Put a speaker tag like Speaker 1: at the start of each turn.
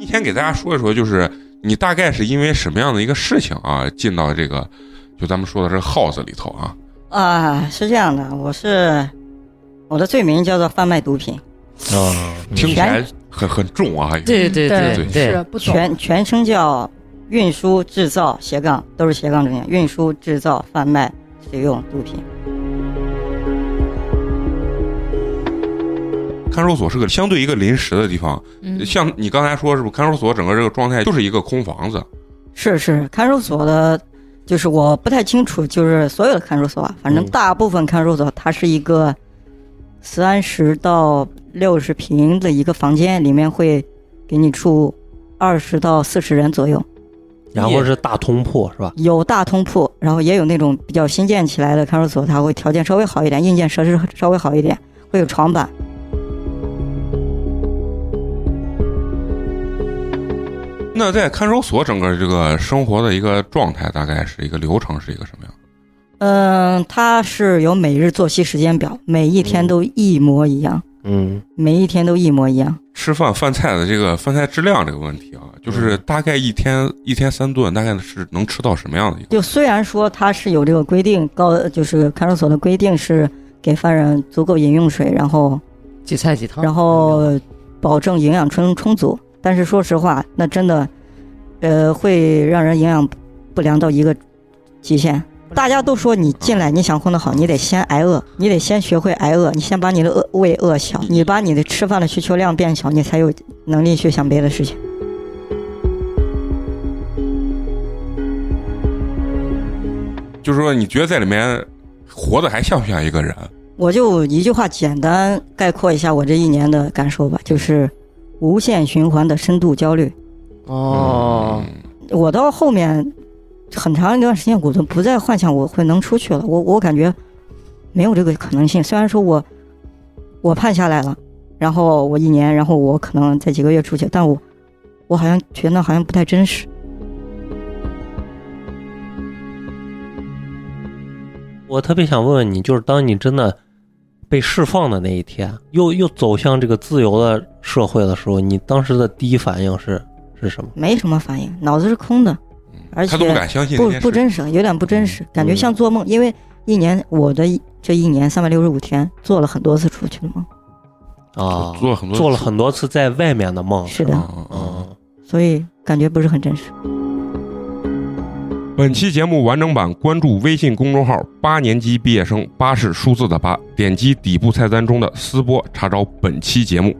Speaker 1: 先给大家说一说，就是你大概是因为什么样的一个事情啊，进到这个就咱们说的这个 house 里头啊？
Speaker 2: 啊，是这样的，我是我的罪名叫做贩卖毒品，
Speaker 3: 啊，
Speaker 1: 听起来很很重啊，
Speaker 4: 对
Speaker 1: 对
Speaker 4: 对对
Speaker 5: 是
Speaker 4: 对，
Speaker 5: 不懂，
Speaker 2: 全全称叫运输、制造、斜杠，都是斜杠专业，运输、制造、贩卖、使用毒品。
Speaker 1: 看守所是个相对一个临时的地方，
Speaker 5: 嗯
Speaker 1: 像你刚才说，是不是看守所整个这个状态就是一个空房子？
Speaker 2: 是是，看守所的，就是我不太清楚，就是所有的看守所啊，反正
Speaker 1: 嗯
Speaker 2: 大部分看守所它是一个三十到六十平的一个房间，里面会给你住二十到四十人左右，
Speaker 3: 然后是大通铺是吧？
Speaker 2: 有大通铺，然后也有那种比较新建起来的看守所，它会条件稍微好一点，硬件设施稍微好一点，会有床板。
Speaker 1: 那在看守所整个这个生活的一个状态，大概是一个流程是一个什么样？
Speaker 2: 嗯，它是有每日作息时间表，每一天都一模一样，
Speaker 3: 嗯，
Speaker 2: 每一天都一模一样。
Speaker 1: 吃饭饭菜的这个饭菜质量这个问题啊，就是大概一天一天三顿，大概是能吃到什么样的一个？
Speaker 2: 就虽然说它是有这个规定，高就是看守所的规定是给犯人足够饮用水，然后
Speaker 4: 几菜
Speaker 3: 啊
Speaker 4: 几汤，
Speaker 2: 然后保证营养充充足，但是说实话，那真的，呃，会让人营养不良到一个极限。大家都说你进来，你想混得好，你得先挨饿，你得先学会挨饿，你先把你的饿胃饿小，你把你的吃饭的需求量变小，你才有能力去想别的事情。
Speaker 1: 就是说，你觉得在里面活得还像不像一个人？
Speaker 2: 我就一句话简单概括一下我这一年的感受吧，就是无限循环的深度焦虑。
Speaker 4: 哦，
Speaker 1: 嗯，
Speaker 2: 我到后面很长一段时间，我都不再幻想我会能出去了，我我感觉没有这个可能性。虽然说我我判下来了，然后我一年，然后我可能在几个月出去，但我我好像觉得好像不太真实。
Speaker 3: 我特别想问问你，就是当你真的被释放的那一天，又又走向这个自由的社会的时候，你当时的第一反应是是什么？
Speaker 2: 没什么反应，脑子是空的，而且
Speaker 1: 嗯他都不敢相信
Speaker 2: 不
Speaker 1: 这件
Speaker 2: 不
Speaker 1: 事。
Speaker 2: 真实，有点不真实，感觉像做梦。因为一年我的一这一年三百六十五天做了很多次出去的梦，
Speaker 3: 啊，
Speaker 1: 做了很多
Speaker 3: 做了很多次在外面的梦，
Speaker 2: 是的，
Speaker 1: 嗯嗯嗯
Speaker 3: 嗯，
Speaker 2: 所以感觉不是很真实。
Speaker 1: 本期节目完整版关注微信公众号“八年级毕业生”，八是数字的八，点击底部菜单中的“私播”查找本期节目。